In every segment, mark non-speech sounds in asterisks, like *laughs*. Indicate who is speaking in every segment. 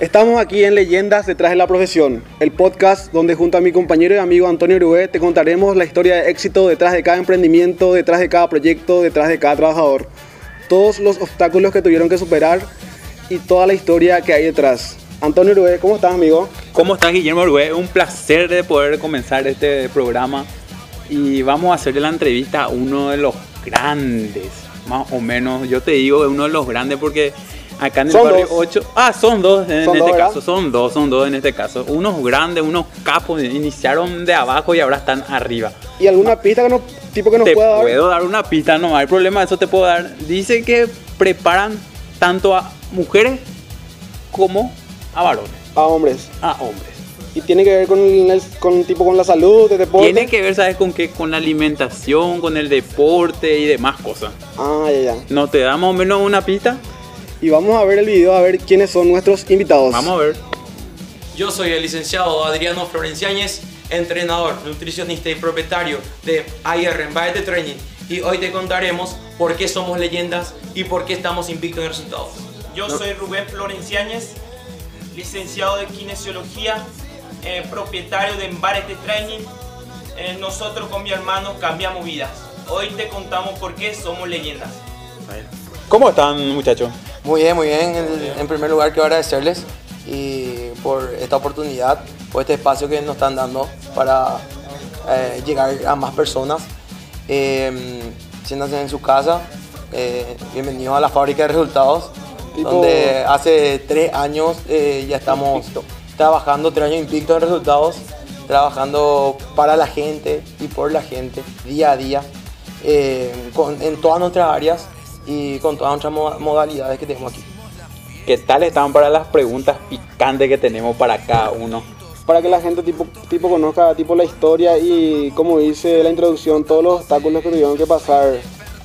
Speaker 1: Estamos aquí en Leyendas detrás de la profesión, el podcast donde junto a mi compañero y amigo Antonio Urubé te contaremos la historia de éxito detrás de cada emprendimiento, detrás de cada proyecto, detrás de cada trabajador, todos los obstáculos que tuvieron que superar y toda la historia que hay detrás. Antonio Urubé, ¿cómo estás amigo?
Speaker 2: ¿Cómo estás, Guillermo Orbe? Un placer de poder comenzar este programa. Y vamos a hacerle la entrevista a uno de los grandes, más o menos. Yo te digo, es uno de los grandes porque acá en el
Speaker 1: Son
Speaker 2: barrio
Speaker 1: dos.
Speaker 2: 8. Ah, son dos en,
Speaker 1: Son
Speaker 2: en
Speaker 1: dos,
Speaker 2: este
Speaker 1: ¿verdad?
Speaker 2: caso. Son dos, son dos en este caso. Unos grandes, unos capos. Iniciaron de abajo y ahora están arriba.
Speaker 1: ¿Y alguna pista que nos, tipo que nos
Speaker 2: te
Speaker 1: pueda dar?
Speaker 2: puedo dar una pista, no hay problema, eso te puedo dar. Dice que preparan tanto a mujeres como a varones,
Speaker 1: A hombres.
Speaker 2: a hombres.
Speaker 1: ¿Y tiene que ver con, el, con, tipo, con la salud, el deporte?
Speaker 2: Tiene que ver, ¿sabes con qué? Con la alimentación, con el deporte y demás cosas.
Speaker 1: Ah, ya, ya.
Speaker 2: ¿No te da más o menos una pista?
Speaker 1: Y vamos a ver el video a ver quiénes son nuestros invitados.
Speaker 2: Vamos a ver.
Speaker 3: Yo soy el licenciado Adriano Florenciáñez, entrenador, nutricionista y propietario de IR Environment Training y hoy te contaremos por qué somos leyendas y por qué estamos invictos en resultados.
Speaker 4: Yo soy Rubén Florenciáñez, licenciado de Kinesiología, eh, propietario de Embarete Training. Eh, nosotros con mi hermano cambiamos vidas. Hoy te contamos por qué somos leyendas.
Speaker 2: ¿Cómo están, muchachos?
Speaker 5: Muy bien, muy bien. En, en primer lugar, quiero agradecerles y por esta oportunidad, por este espacio que nos están dando para eh, llegar a más personas. Eh, siéntanse en su casa. eh, bienvenidos a la fábrica de resultados,
Speaker 1: Tipo-
Speaker 5: donde hace tres años eh, ya estamos trabajando, tres años invictos en resultados, trabajando para la gente y por la gente, día a día, eh, con- en todas nuestras áreas y con todas nuestras mo- modalidades que tenemos aquí.
Speaker 2: ¿Qué tal están para las preguntas picantes que tenemos para cada uno?
Speaker 1: Para que la gente tipo, tipo conozca tipo la historia y como dice la introducción, todos los obstáculos que tuvieron que pasar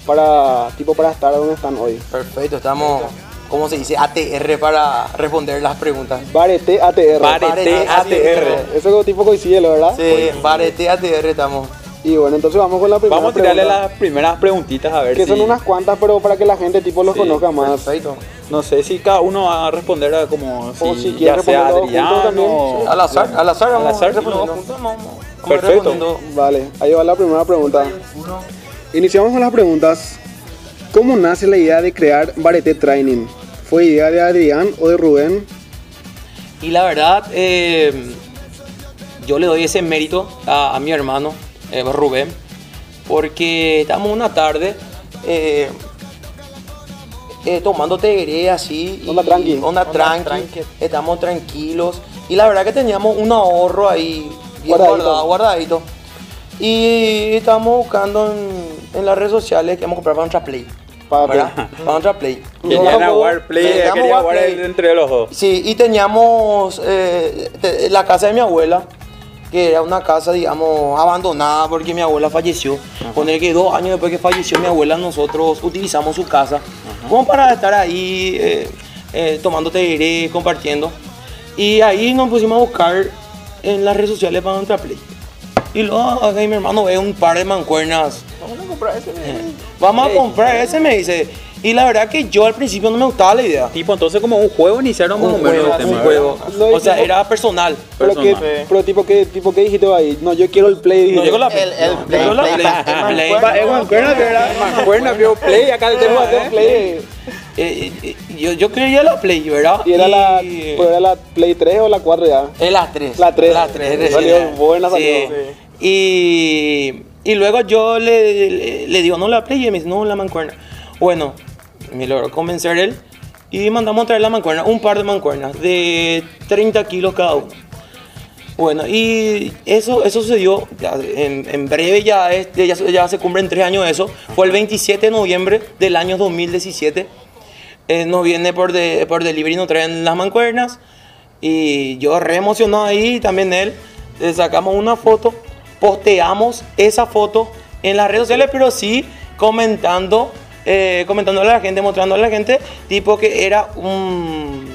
Speaker 1: para tipo para estar donde están hoy.
Speaker 5: Perfecto, estamos, ¿cómo se dice? ATR para responder las preguntas.
Speaker 1: Barete ATR.
Speaker 2: Bare- Barete, ATR.
Speaker 1: Eso tipo coincide, ¿lo ¿verdad?
Speaker 5: Sí, este barete ATR estamos.
Speaker 1: Y bueno, entonces vamos con la primera
Speaker 2: Vamos a tirarle
Speaker 1: pregunta,
Speaker 2: las primeras preguntitas a ver
Speaker 1: que
Speaker 2: si...
Speaker 1: son unas cuantas, pero para que la gente tipo los
Speaker 2: Sí,
Speaker 1: conozca más.
Speaker 5: Perfecto.
Speaker 2: No sé si cada uno va a responder a como si,
Speaker 1: O si quiere
Speaker 2: ya sea
Speaker 1: responder todos juntos
Speaker 2: Adriano
Speaker 1: también,
Speaker 2: o-
Speaker 5: Al azar, al azar, vamos
Speaker 2: azar,
Speaker 5: respondiendo.
Speaker 2: ¿no?
Speaker 5: Vamos- vamos
Speaker 2: Perfecto.
Speaker 5: respondiendo.
Speaker 1: Vale, ahí va la primera pregunta. Iniciamos con las preguntas. ¿Cómo nace la idea de crear Barete Training? ¿Fue idea de Adrián o de Rubén?
Speaker 5: Y la verdad, eh, yo le doy ese mérito a, a mi hermano, eh, Rubén, porque estábamos una tarde eh, eh, tomando tereré así. y-
Speaker 1: Onda tranqui.
Speaker 5: Onda tranqui. Estamos tranquilos. Y la verdad que teníamos un ahorro ahí, bien
Speaker 1: Guardadito.
Speaker 5: guardado, guardadito. Y estábamos buscando en, en las redes sociales que vamos a comprar para nuestra Play.
Speaker 1: Para
Speaker 5: ¿verdad?
Speaker 1: Play.
Speaker 5: Para nuestra Play.
Speaker 2: Querían
Speaker 1: Vamos,
Speaker 2: a
Speaker 1: vamos.
Speaker 2: Warplay,
Speaker 5: Eh, vamos,
Speaker 2: quería jugar
Speaker 5: Warplay.
Speaker 2: el- entre los dos.
Speaker 5: Sí, y teníamos eh, te- la casa de mi abuela, que era una casa, digamos, abandonada porque mi abuela falleció. Poner que dos años después que falleció mi abuela, nosotros utilizamos su casa como para estar ahí eh, eh, tomando tereré, compartiendo. Y ahí nos pusimos a buscar en las redes sociales para nuestra play. Y luego acá mi hermano ve un par de mancuernas. Eh, Vamos a comprar ese, me dice. Y la verdad que yo al principio no me gustaba la idea
Speaker 2: Tipo, entonces como un juego iniciaron como
Speaker 5: un juego,
Speaker 2: el tema,
Speaker 5: un
Speaker 2: ¿verdad?
Speaker 5: juego.
Speaker 1: Lo
Speaker 5: O sea,
Speaker 1: hicimos-
Speaker 5: era personal.
Speaker 1: Pero, que,
Speaker 2: Personal.
Speaker 1: pero tipo, ¿qué, tipo, ¿qué dijiste ahí? No, yo quiero el Play.
Speaker 5: No,
Speaker 1: dijiste.
Speaker 5: yo la
Speaker 6: El- el
Speaker 5: no,
Speaker 6: play,
Speaker 5: yo la
Speaker 6: play,
Speaker 5: play,
Speaker 1: Va, es mancuerna, ¿verdad?
Speaker 2: Bueno, vio play acá el tema,
Speaker 1: Vamos a hacer
Speaker 2: ¿eh?
Speaker 1: Play.
Speaker 5: Eh, eh, eh, yo, yo quería la play, ¿verdad?
Speaker 1: ¿Y era la,
Speaker 5: Y-
Speaker 1: pero era la Play 3 o la 4 ya?
Speaker 5: Eh, las tres.
Speaker 1: La tres.
Speaker 5: Las tres.
Speaker 1: Salió
Speaker 5: recién.
Speaker 1: buena, salió.
Speaker 5: Y, y luego yo le, le, le digo, no la play, y me dice, no, la mancuerna. Bueno, me logró convencer él y mandamos a traer la mancuerna, un par de mancuernas de 30 kilos cada uno. Bueno, y eso, eso sucedió ya en, en breve, ya, es- ya, se- ya se cumplen tres años de eso. Fue el 27 de noviembre del año 2017. Eh, nos viene por, de, por delivery, nos traen las mancuernas. Y yo re emocionado ahí, también él. Le sacamos una foto, posteamos esa foto en las redes sociales, pero sí comentando, eh, comentándole a la gente, mostrándole a la gente, tipo que era un,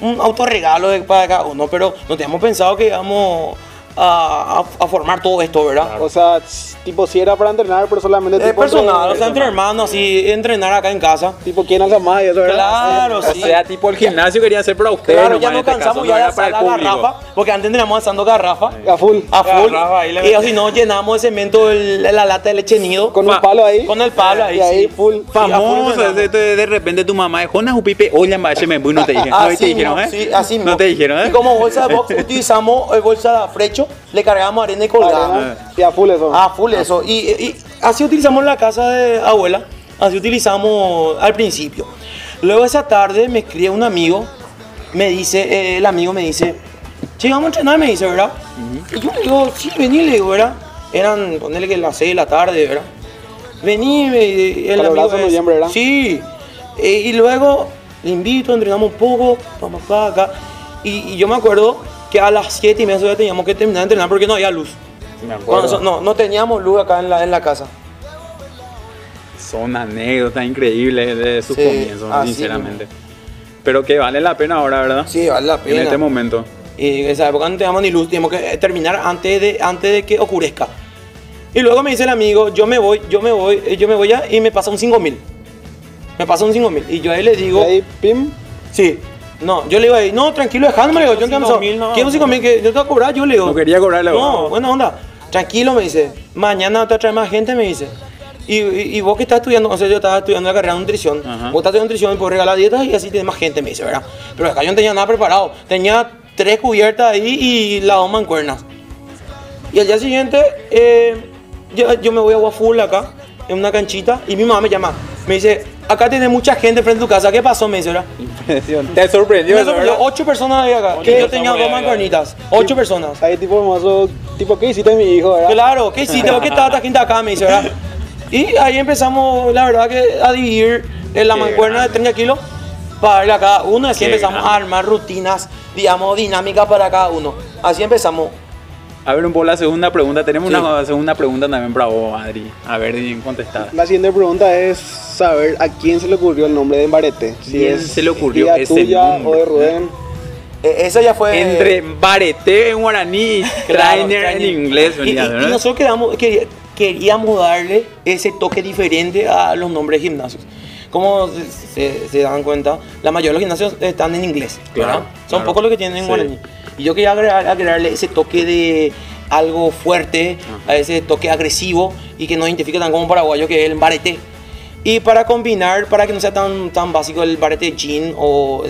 Speaker 5: un autorregalo de- para cada uno, pero no teníamos pensado que íbamos a, a- a formar todo esto, ¿verdad?
Speaker 1: O sea, s- tipo, si era para entrenar, pero solamente
Speaker 5: Es
Speaker 1: tipo,
Speaker 5: personal, o
Speaker 1: entre-
Speaker 5: sea, entre hermanos, así, entrenar acá en casa.
Speaker 1: tipo, ¿quién alza más? Y eso, ¿verdad?
Speaker 5: Claro,
Speaker 2: O
Speaker 5: sí.
Speaker 2: sea, tipo el gimnasio quería hacer para ustedes.
Speaker 5: Claro,
Speaker 2: nomás
Speaker 5: ya
Speaker 2: en
Speaker 5: no
Speaker 2: este caso, no
Speaker 5: cansamos ya de
Speaker 2: era para
Speaker 5: alzar
Speaker 2: el
Speaker 5: la
Speaker 2: público.
Speaker 5: garrafa, porque antes teníamos alzando garrafa
Speaker 1: A full.
Speaker 5: a full.
Speaker 2: Garrafa, ahí le
Speaker 5: y o si no, llenamos de cemento el- la lata de leche nido.
Speaker 1: Con
Speaker 2: Fa-
Speaker 1: un palo ahí.
Speaker 5: con el palo ahí,
Speaker 1: Y ahí,
Speaker 5: sí.
Speaker 1: full.
Speaker 5: Sí, a
Speaker 2: Famoso,
Speaker 5: full
Speaker 2: de, de- de repente tu mamá de Jonas Upipe, oye, ma, ese me voy", no te dijeron, no te
Speaker 5: Ah, Así mismo,
Speaker 2: dijeron, ¿eh?
Speaker 5: sí, así mismo.
Speaker 2: No te dijeron, ¿eh?
Speaker 5: Y como
Speaker 2: *laughs*
Speaker 5: bolsa de box utilizamos eh, bolsa de frecho, le cargamos arena y colgamos.
Speaker 1: Arena. Y a full eso.
Speaker 5: Ah, full eso. Y, y así utilizamos la casa de abuela, así utilizamos al principio. Luego esa tarde me escribe un amigo, me dice, eh, el amigo me dice, che, vamos a entrenar, me dice, ¿verdad? Y yo le digo, sí, vení, le digo, ¿verdad? Eran, ponerle que las 6 de la tarde, ¿verdad? Vení, me, el
Speaker 1: Calorazo
Speaker 5: amigo es-
Speaker 1: noviembre, ¿verdad?
Speaker 5: Sí. Eh, y luego le invito, entrenamos un poco, vamos para acá. Y, y yo me acuerdo que a las 7 y media ya teníamos que terminar de entrenar porque no había luz.
Speaker 2: Me acuerdo.
Speaker 5: Cuando so- no, no teníamos luz acá en la, en la casa.
Speaker 2: Son anécdotas increíbles de sus
Speaker 5: Sí,
Speaker 2: comienzos,
Speaker 5: así
Speaker 2: sinceramente. Pero que vale la pena ahora, ¿verdad?
Speaker 5: Sí, vale la
Speaker 2: En
Speaker 5: pena.
Speaker 2: este momento.
Speaker 5: Y en esa época no teníamos ni luz, teníamos que eh, terminar antes de, antes de que oscurezca. Y luego me dice el amigo, yo me voy, yo me voy, eh, yo me voy ya y me pasa un 5000. Me pasa un 5000. Y yo ahí le
Speaker 1: Y
Speaker 5: digo,
Speaker 1: ahí, pim.
Speaker 5: sí. No, yo le digo ahí, no, tranquilo, dejándome, le digo, yo no
Speaker 4: 5.000 no,
Speaker 5: quiero 5000, que yo te voy a cobrar, yo le digo.
Speaker 2: No quería cobrarle
Speaker 5: No, buena onda. Tranquilo, me dice. Mañana te trae más gente, me dice. Y, y- y vos que estás estudiando, o sea, yo estaba estudiando la carrera de nutrición.
Speaker 2: Ajá.
Speaker 5: Vos estás estudiando nutrición y podés regalar dietas y así tienes más gente, me dice, ¿verdad? Pero acá yo no tenía nada preparado. Tenía tres cubiertas ahí y las dos mancuernas. Y al día siguiente, eh, yo, yo me voy a Guaful acá, en una canchita, y mi mamá me llama. Me dice, acá tenés mucha gente frente a tu casa, ¿qué pasó? Me dice, ¿verdad?
Speaker 2: Te sorprendió,
Speaker 5: Me sorprendió,
Speaker 2: ¿verdad?
Speaker 5: ocho personas había acá.
Speaker 4: Ocho
Speaker 5: Que yo
Speaker 4: personas
Speaker 5: tenía
Speaker 4: había
Speaker 5: dos
Speaker 4: acá.
Speaker 5: mancuernitas. Ocho personas.
Speaker 1: Ahí, tipo, hermoso. Tipo, ¿qué hiciste mi hijo, verdad?
Speaker 5: Claro, ¿qué hiciste? ¿Por qué estaba esta gente acá? Me dice, ¿verdad? Y ahí empezamos, la verdad, que a dividir en la
Speaker 2: Qué
Speaker 5: mancuerna de
Speaker 2: grande.
Speaker 5: 30 kilos para cada uno. Así
Speaker 2: Qué
Speaker 5: empezamos a
Speaker 2: grande.
Speaker 5: armar rutinas, digamos, dinámicas para cada uno. Así empezamos.
Speaker 2: A ver, un poco la segunda pregunta. Tenemos
Speaker 5: Sí.
Speaker 2: una segunda pregunta también para vos, Adri. A ver, bien contestada.
Speaker 1: La siguiente pregunta es saber a quién se le ocurrió el nombre de Embarete. Si
Speaker 2: ¿Quién
Speaker 1: es
Speaker 2: se le ocurrió
Speaker 1: idea
Speaker 2: ese
Speaker 1: tuya
Speaker 2: nombre?
Speaker 1: o de Rubén.
Speaker 5: Eh, Esa ya fue...
Speaker 2: Entre barete en guaraní y
Speaker 5: *laughs* Claro,
Speaker 2: trainer en
Speaker 5: trainer.
Speaker 2: inglés,
Speaker 5: Y, y-
Speaker 2: venía,
Speaker 5: y
Speaker 2: ¿verdad?
Speaker 5: nosotros quedamos- queri- queríamos darle ese toque diferente a los nombres de gimnasios. Como se, se- se dan cuenta, la mayoría de los gimnasios están en inglés.
Speaker 2: Claro,
Speaker 5: ¿verdad? Son
Speaker 2: claro.
Speaker 5: pocos los que tienen en
Speaker 2: Sí.
Speaker 5: guaraní. Y yo quería agregar- agregarle ese toque de algo fuerte, a ese toque agresivo y que nos identifique tan como paraguayo que es el barete. Y para combinar, para que no sea tan, tan básico el barete gym, o,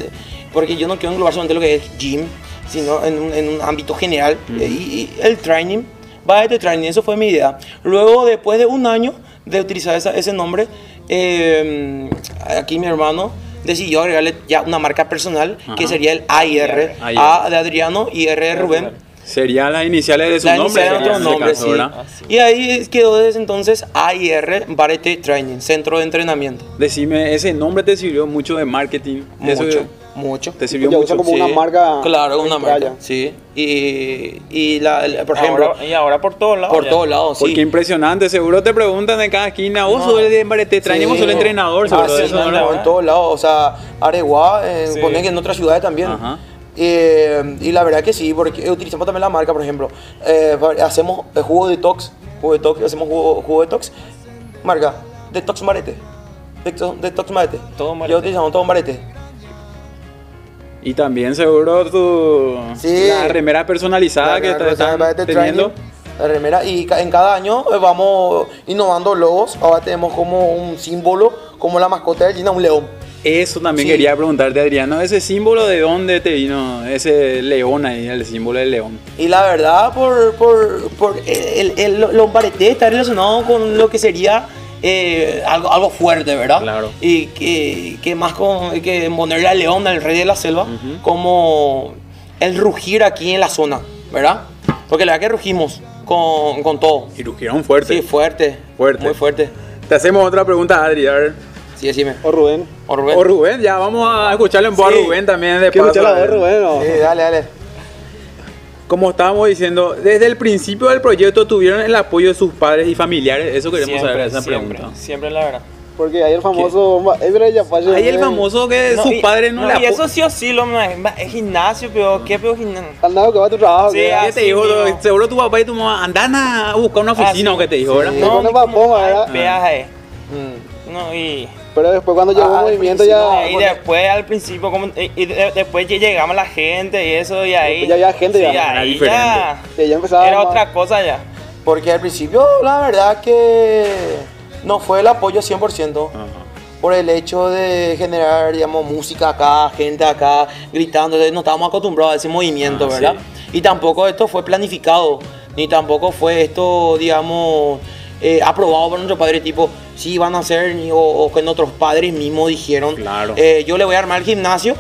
Speaker 5: porque yo no quiero englobar solamente lo que es gym, sino en un, en un ámbito general. Eh, Y, y el training, barete training, eso fue mi idea. Luego, después de un año de utilizar esa- ese nombre, eh, aquí mi hermano decidió agregarle ya una marca personal, que
Speaker 2: Ajá.
Speaker 5: sería el AIR,
Speaker 2: AIR.
Speaker 5: A de Adriano y R de Rubén.
Speaker 2: Sería las iniciales de su
Speaker 5: La
Speaker 2: nombre.
Speaker 5: inicial de
Speaker 2: sería
Speaker 5: otro
Speaker 2: en
Speaker 5: nombre,
Speaker 2: este caso, ¿verdad?
Speaker 5: sí. Y ahí quedó desde entonces AIR, Barete Training, Centro de Entrenamiento.
Speaker 2: Decime, ese nombre te sirvió mucho de marketing.
Speaker 5: Mucho,
Speaker 2: Eso
Speaker 5: mucho.
Speaker 2: te sirvió
Speaker 1: Ya usa
Speaker 2: mucho.
Speaker 1: como una
Speaker 5: Sí,
Speaker 1: marca.
Speaker 5: Claro, una
Speaker 1: extraña.
Speaker 5: marca. Sí. Y, y la, el- por ejemplo,
Speaker 4: Ahora- y ahora por todos lados.
Speaker 5: por
Speaker 4: ya.
Speaker 5: todos lados, sí.
Speaker 2: Porque impresionante, seguro te preguntan en cada esquina, vos
Speaker 5: No.
Speaker 2: sos el de Barete
Speaker 5: Sí.
Speaker 2: Training, vos sos el entrenador, seguro
Speaker 5: Ah,
Speaker 2: de
Speaker 5: sí,
Speaker 2: eso,
Speaker 5: no,
Speaker 2: ¿verdad?
Speaker 5: en todos lados, o sea, Areguá, en, ponen que en otras ciudades también.
Speaker 2: Ajá.
Speaker 5: Eh, y la verdad que sí, porque utilizamos también la marca, por ejemplo. Eh, hacemos eh, jugo detox, jugo detox, hacemos jugo, jugo detox. Marca, detox marete. Detox, detox marete.
Speaker 4: Todo marete.
Speaker 5: Yo utilizamos todo marete.
Speaker 2: Y también seguro tu
Speaker 5: Sí.
Speaker 2: la remera personalizada que te están
Speaker 5: Barete
Speaker 2: teniendo.
Speaker 5: Training, La remera, y ca- en cada año eh, vamos innovando logos. Ahora tenemos como un símbolo, como la mascota del Gina, un león.
Speaker 2: Eso también
Speaker 5: Sí.
Speaker 2: quería preguntarte, Adriano, ese símbolo de dónde te vino, ese león ahí, el símbolo del león.
Speaker 5: Y la verdad, por, por, por eh, el, el- los baretés está relacionado con lo que sería eh, algo, algo fuerte, ¿verdad?
Speaker 2: Claro.
Speaker 5: Y que, que más con, que ponerle al león, al rey de la selva, como el rugir aquí en la zona, ¿verdad? Porque la verdad que rugimos con, con todo.
Speaker 2: Y rugieron fuerte.
Speaker 5: Sí, fuerte.
Speaker 2: Fuerte.
Speaker 5: Muy fuerte.
Speaker 2: Te hacemos otra pregunta, Adri, a ver.
Speaker 5: Sí, decime.
Speaker 1: O Oh, Rubén.
Speaker 5: O Rubén.
Speaker 2: O Rubén, ya vamos a escucharle un poco
Speaker 5: Sí.
Speaker 2: a Rubén también de
Speaker 1: Quiero
Speaker 2: paso,
Speaker 1: escuchar
Speaker 2: a
Speaker 1: la voz de
Speaker 2: ver.
Speaker 1: Rubén. ¿no?
Speaker 5: Sí, dale, dale.
Speaker 2: Como estábamos diciendo, desde el principio del proyecto tuvieron el apoyo de sus padres y familiares. Eso queremos
Speaker 4: Siempre,
Speaker 2: saber esa
Speaker 4: siempre,
Speaker 2: pregunta.
Speaker 4: siempre la verdad.
Speaker 1: Porque hay el famoso bomba. Es pues, verdad, ya falla,
Speaker 2: Hay el
Speaker 1: güey.
Speaker 2: famoso que sus
Speaker 4: y-
Speaker 2: padres no, le
Speaker 4: Y eso
Speaker 2: apoyan.
Speaker 4: sí o sí, lo más. más- Es gimnasio, pero ¿qué pero gimnasio?
Speaker 1: Al lado que va tu trabajo.
Speaker 4: Sí,
Speaker 1: que-
Speaker 4: ah,
Speaker 2: ¿Qué te dijo?
Speaker 4: mismo.
Speaker 2: Seguro tu papá y tu mamá andan a buscar una oficina,
Speaker 4: Ah,
Speaker 2: o que te dijo, ¿verdad?
Speaker 1: Sí. cuando
Speaker 4: mi-
Speaker 1: vamos, ¿verdad?
Speaker 4: hay peaje.
Speaker 1: Mm.
Speaker 4: No, y.
Speaker 1: Pero después cuando llegó
Speaker 4: Ah,
Speaker 1: el movimiento
Speaker 4: sí,
Speaker 1: ya.
Speaker 4: no, Y después al principio, como, y, y de- después ya llegamos la gente y eso, y ahí.
Speaker 1: Después ya había gente, ya.
Speaker 4: sí,
Speaker 1: Era
Speaker 4: ahí
Speaker 2: diferente.
Speaker 4: ya.
Speaker 1: que ya empezaba.
Speaker 4: Era
Speaker 1: más-
Speaker 4: otra cosa ya.
Speaker 5: Porque al principio la verdad que no fue el apoyo 100%.
Speaker 2: Ajá.
Speaker 5: Por el hecho de generar, digamos, música acá, gente acá, gritando. Entonces, no estábamos acostumbrados a ese movimiento,
Speaker 2: Ah,
Speaker 5: ¿verdad? Y tampoco esto fue planificado, ni tampoco fue esto, digamos, eh, aprobado por nuestros padres, tipo, sí van a hacer, ni- o, o que nuestros padres mismos dijeron,
Speaker 2: Claro.
Speaker 5: eh, yo le voy a armar el gimnasio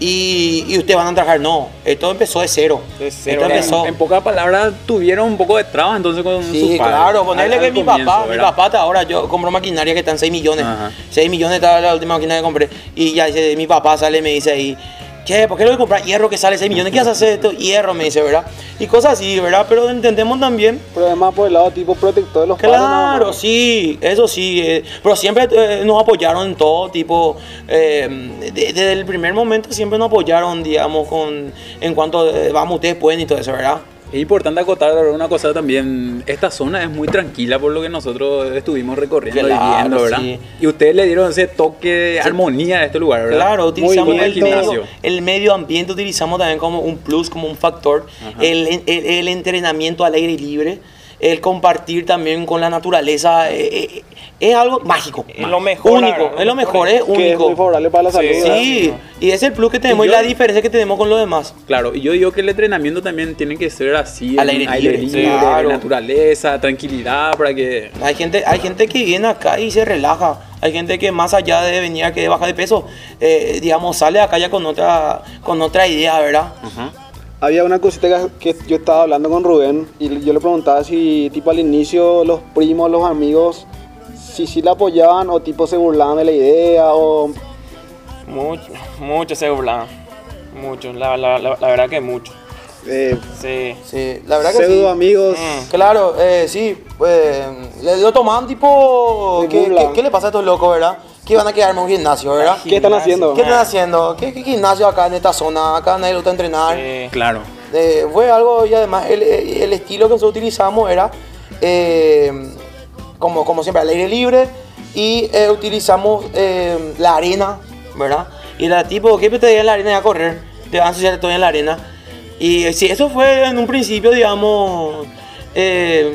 Speaker 5: y, y ustedes van a trabajar. No, esto empezó de cero.
Speaker 4: De cero,
Speaker 5: Esto
Speaker 4: ya.
Speaker 5: empezó.
Speaker 2: En, en pocas palabras, tuvieron un poco de trabas entonces con
Speaker 5: Sí,
Speaker 2: sus padres.
Speaker 5: claro, ponerle
Speaker 2: Al-
Speaker 5: que
Speaker 2: al
Speaker 5: mi
Speaker 2: comienzo,
Speaker 5: papá, mi
Speaker 2: ¿verdad?
Speaker 5: papá está ahora, yo compro maquinaria que está en 6 millones.
Speaker 2: Ajá.
Speaker 5: 6 millones estaba la última máquina que compré. Y ya dice, mi papá sale y me dice ahí, che, ¿por qué lo voy a comprar hierro que sale 6 millones? ¿Qué vas a hacer esto? Hierro, me dice, ¿verdad? Y cosas así, ¿verdad? Pero entendemos también.
Speaker 1: Pero además por el pues, lado tipo protector de los padres. nada
Speaker 5: Claro,
Speaker 1: más.
Speaker 5: sí, eso sí. eh, pero siempre eh, nos apoyaron en todo tipo. eh, de- desde el primer momento siempre nos apoyaron, digamos, con en cuanto eh, vamos, ustedes pueden y todo eso, ¿verdad?
Speaker 2: Es importante acotar una cosa también. Esta zona es muy tranquila por lo que nosotros estuvimos recorriendo
Speaker 5: Claro,
Speaker 2: y viendo, ¿verdad?
Speaker 5: sí.
Speaker 2: Y ustedes le dieron ese toque de armonía a este lugar, ¿verdad?
Speaker 5: Claro, utilizamos
Speaker 1: Muy bien,
Speaker 5: el
Speaker 1: gimnasio.
Speaker 5: medio, el medio ambiente, utilizamos también como un plus, como un factor, el, el- el entrenamiento al aire libre, el compartir también con la naturaleza, eh, eh, es algo mágico.
Speaker 4: Es lo mejor, la
Speaker 5: Único,
Speaker 4: verdad,
Speaker 5: es lo mejor, es
Speaker 1: Que es muy
Speaker 5: único.
Speaker 1: favorable para la salud. ¿verdad?
Speaker 5: Sí, y es el plus que tenemos
Speaker 2: Y
Speaker 5: y,
Speaker 2: yo-
Speaker 5: la diferencia que tenemos con los demás.
Speaker 2: Claro, y yo digo que el entrenamiento también tiene que ser así:
Speaker 5: Al
Speaker 2: en
Speaker 5: aire libre, claro.
Speaker 2: naturaleza, tranquilidad, para que.
Speaker 5: Hay gente, hay gente que viene acá y se relaja. Hay gente que más allá de venir a que baja de peso, eh, digamos, sale acá ya con otra, con otra idea, ¿verdad?
Speaker 1: Había una cosita que que yo estaba hablando con Rubén y yo le preguntaba si tipo al inicio los primos, los amigos, si sí la apoyaban o tipo se burlaban de la idea o...
Speaker 4: Mucho, mucho se burlaban. Mucho, la, la, la, la verdad que mucho.
Speaker 1: Eh,
Speaker 4: Sí.
Speaker 5: Sí, la verdad que
Speaker 1: pseudo
Speaker 5: sí.
Speaker 1: amigos.
Speaker 4: Mm.
Speaker 5: Claro, eh, sí, eh, le- lo tomaban tipo,
Speaker 1: De
Speaker 5: ¿qué,
Speaker 1: burla.
Speaker 5: qué, qué le pasa a estos locos, verdad? Que van a quedarme en un gimnasio,
Speaker 4: Ah,
Speaker 5: ¿verdad?
Speaker 1: ¿Qué están haciendo?
Speaker 5: ¿Qué están haciendo? ¿Qué, qué gimnasio acá en esta zona? Acá nadie lo está a entrenar.
Speaker 4: Sí.
Speaker 2: Claro.
Speaker 5: Eh, fue algo, y además el, el estilo que nosotros utilizamos era, eh, como, como siempre, al aire libre y eh, utilizamos eh, la arena, ¿verdad? Y era tipo, ¿qué te en la arena y a correr? Te van a ensuciar todo en la arena. Y eh, sí, eso fue en un principio, digamos, eh,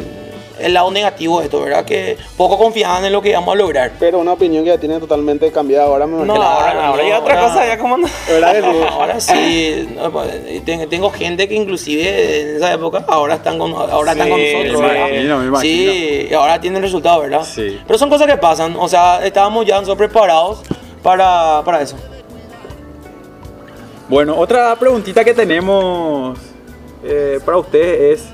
Speaker 5: el lado negativo de esto, ¿verdad? Que poco confiaban en lo que íbamos a lograr.
Speaker 1: Pero una opinión que ya tiene totalmente cambiada ahora. Me
Speaker 5: No,
Speaker 1: imagino.
Speaker 4: Ahora,
Speaker 5: no,
Speaker 4: ahora ya
Speaker 5: ahora-
Speaker 4: otra cosa, ya como no.
Speaker 1: ¿Verdad
Speaker 5: *laughs*
Speaker 1: que sí?
Speaker 5: Ahora sí, no, pues, ten- tengo gente que inclusive en esa época ahora están con, ahora están con
Speaker 4: Sí,
Speaker 5: nosotros,
Speaker 4: me
Speaker 5: ¿verdad?
Speaker 2: imagino, me imagino.
Speaker 5: Sí, y ahora tienen resultados, ¿verdad?
Speaker 2: Sí.
Speaker 5: Pero son cosas que pasan, o sea, estábamos ya nosotros preparados para, para eso.
Speaker 2: ¿Eh? Bueno, otra preguntita que tenemos eh, para ustedes es,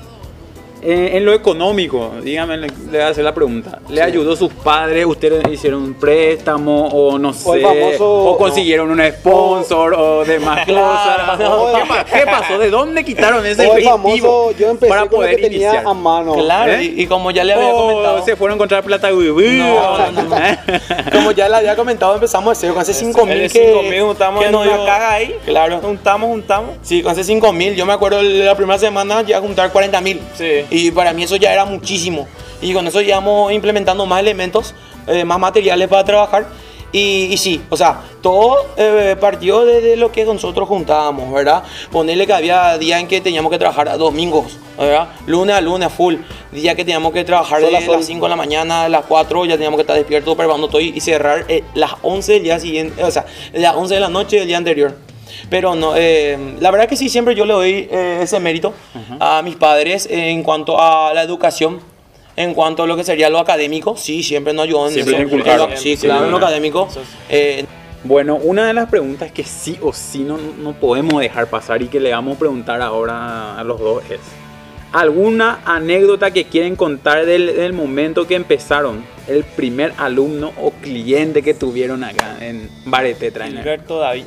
Speaker 2: eh, en lo económico, díganme, le, le voy a hacer la pregunta. ¿Le ayudó sus padres? ¿Ustedes hicieron un préstamo o no sé?
Speaker 1: famoso-
Speaker 2: ¿O consiguieron un sponsor o demás cosas?
Speaker 1: no.
Speaker 2: ¿Qué, pa- qué pasó? ¿De dónde quitaron ese
Speaker 1: O el
Speaker 2: efectivo
Speaker 1: famoso, yo empecé
Speaker 2: para
Speaker 1: con lo
Speaker 2: poder
Speaker 1: que tenía
Speaker 2: iniciar?
Speaker 1: a mano.
Speaker 5: Claro,
Speaker 2: ¿Eh?
Speaker 5: y, y como ya le había
Speaker 2: ¿O
Speaker 5: comentado.
Speaker 2: se fueron a encontrar plata? ¿Eh? güey?
Speaker 5: No,
Speaker 2: *laughs*
Speaker 5: no, no. Como ya le había comentado, empezamos de cero con ese 5 mil que,
Speaker 4: El 5000 juntamos
Speaker 5: que
Speaker 4: en
Speaker 5: nos
Speaker 4: una
Speaker 5: dio-
Speaker 4: caja ahí.
Speaker 5: Claro.
Speaker 4: Juntamos, juntamos.
Speaker 5: Sí, con ese 5 mil, yo me acuerdo la primera semana ya juntar 40 mil.
Speaker 4: Sí.
Speaker 5: Y para mí eso ya era muchísimo. Y con eso íbamos implementando más elementos, eh, más materiales para trabajar. Y, y sí, o sea, todo eh, partió desde lo que nosotros juntábamos, ¿verdad? Ponerle que había días en que teníamos que trabajar a domingos, ¿verdad? Lunes a lunes, full. Día que teníamos que trabajar
Speaker 1: Sol a
Speaker 5: de
Speaker 1: sol.
Speaker 5: las 5 de la mañana a las 4, ya teníamos que estar despiertos preparando todo y, y cerrar eh, las 11 del día siguiente, o sea, las 11 de la noche del día anterior. Pero no, eh, la verdad que sí, siempre yo le doy eh, ese mérito a mis padres en cuanto a la educación, en cuanto a lo que sería lo académico. Sí, siempre nos ayudan. en
Speaker 2: Siempre
Speaker 5: eso.
Speaker 2: te inculcaron.
Speaker 5: En lo- Sí,
Speaker 2: Sí,
Speaker 5: claro, en lo
Speaker 2: claro.
Speaker 5: académico. eh,
Speaker 2: Bueno, una de las preguntas que sí o sí no, no podemos dejar pasar y que le vamos a preguntar ahora a los dos es, ¿alguna anécdota que quieren contar del, del momento que empezaron? El primer alumno o cliente que tuvieron acá en Barete Trainer.
Speaker 4: Gilberto David.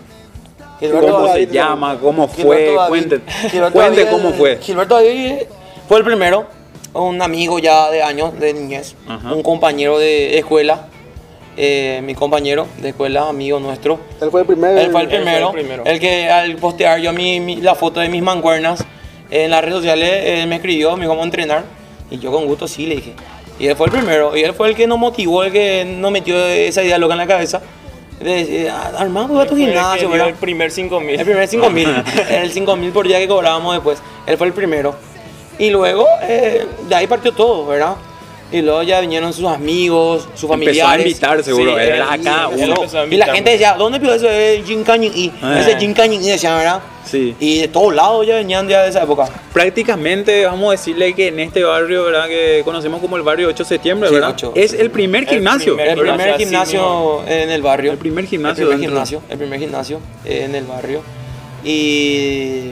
Speaker 5: Gilberto
Speaker 2: ¿Cómo se
Speaker 5: David-
Speaker 1: David,
Speaker 2: llama? ¿Cómo fue?
Speaker 5: Gilberto David- *laughs*
Speaker 2: Cuente,
Speaker 5: Gilberto
Speaker 2: cuente
Speaker 5: David-
Speaker 2: cómo fue.
Speaker 5: Gilberto David fue el primero, un amigo ya de años, de niñez,
Speaker 2: Ajá.
Speaker 5: un compañero de escuela. eh, mi compañero de escuela, amigo nuestro.
Speaker 1: Él fue el primero.
Speaker 5: Él fue el
Speaker 1: primero.
Speaker 5: primero.
Speaker 6: el primero.
Speaker 5: El que al postear yo mi, mi- la foto de mis mancuernas en las redes sociales, él me escribió, me dijo cómo entrenar. Y yo con gusto sí le dije. Y él fue el primero. Y él fue el que nos motivó, el que nos metió esa idea loca en la cabeza. De decir, "Ah, Armando, voy a tu
Speaker 6: Fue el que
Speaker 5: gimnasio,
Speaker 6: dio
Speaker 5: ¿verdad?
Speaker 6: El primer 5000.
Speaker 5: El primer 5000. *laughs* el 5000 por día que cobrábamos después. Él fue el primero. Y luego, eh, de ahí partió todo, ¿verdad? Y luego ya vinieron sus amigos,
Speaker 2: Empezó a
Speaker 5: sus familiares.
Speaker 2: invitar seguro,
Speaker 6: Sí,
Speaker 2: era
Speaker 6: él-
Speaker 2: acá
Speaker 6: él
Speaker 2: uno.
Speaker 6: empezó a
Speaker 5: Y la
Speaker 6: invitarme.
Speaker 5: gente decía, ¿dónde pidió eso? Es Jin Canyon Y.
Speaker 2: Ah.
Speaker 5: Ese Jin Canyon Y decían, ¿verdad?
Speaker 2: Sí.
Speaker 5: Y de todos lados ya venían ya de esa época.
Speaker 2: Prácticamente vamos a decirle que en este barrio, ¿verdad? Que conocemos como el barrio 8 de septiembre,
Speaker 5: Sí,
Speaker 2: ¿verdad?
Speaker 5: 8 de
Speaker 2: es el primer gimnasio.
Speaker 6: primer
Speaker 5: El
Speaker 2: ¿verdad?
Speaker 5: primer
Speaker 6: así
Speaker 5: gimnasio en el barrio.
Speaker 2: El primer gimnasio
Speaker 5: El primer
Speaker 2: dentro.
Speaker 5: gimnasio, el primer gimnasio eh, en el barrio. Y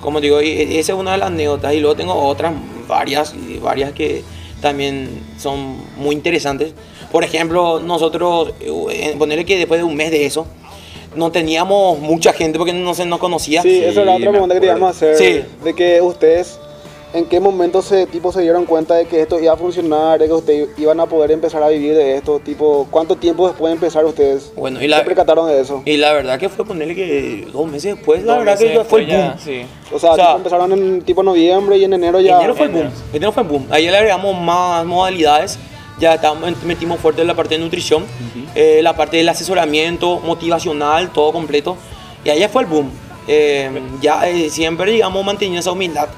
Speaker 5: como digo, y- y esa es una de las anécdotas. Y luego tengo otras, varias, y varias que también son muy interesantes. Por ejemplo, nosotros, eh, ponerle que después de un mes de eso, no teníamos mucha gente porque no se nos conocía.
Speaker 1: Sí, esa era
Speaker 2: Sí,
Speaker 1: otra
Speaker 2: me
Speaker 1: pregunta que te
Speaker 2: acuerdo.
Speaker 1: íbamos a hacer.
Speaker 5: Sí.
Speaker 1: De que ustedes, ¿en qué momento se, tipo, se dieron cuenta de que esto iba a funcionar, de que ustedes iban a poder empezar a vivir de esto? Tipo, ¿cuánto tiempo después de empezar ustedes?
Speaker 5: Bueno, y la-
Speaker 1: ¿Se percataron de eso?
Speaker 5: Y la verdad que fue ponerle que dos meses después, la
Speaker 6: Dos
Speaker 5: verdad que
Speaker 6: meses
Speaker 5: ya fue el
Speaker 6: después ya,
Speaker 5: boom.
Speaker 6: sí.
Speaker 1: O sea,
Speaker 5: o sea,
Speaker 1: tipo, empezaron en tipo noviembre y en enero ya.
Speaker 5: Enero fue el boom.
Speaker 6: Enero.
Speaker 5: Enero fue el boom. Ahí le agregamos más modalidades. Ya estábamos- metimos fuerte en la parte de nutrición, eh, la parte del asesoramiento motivacional, todo completo. Y ahí ya fue el boom. Eh, ya eh, siempre, digamos, manteniendo esa humildad.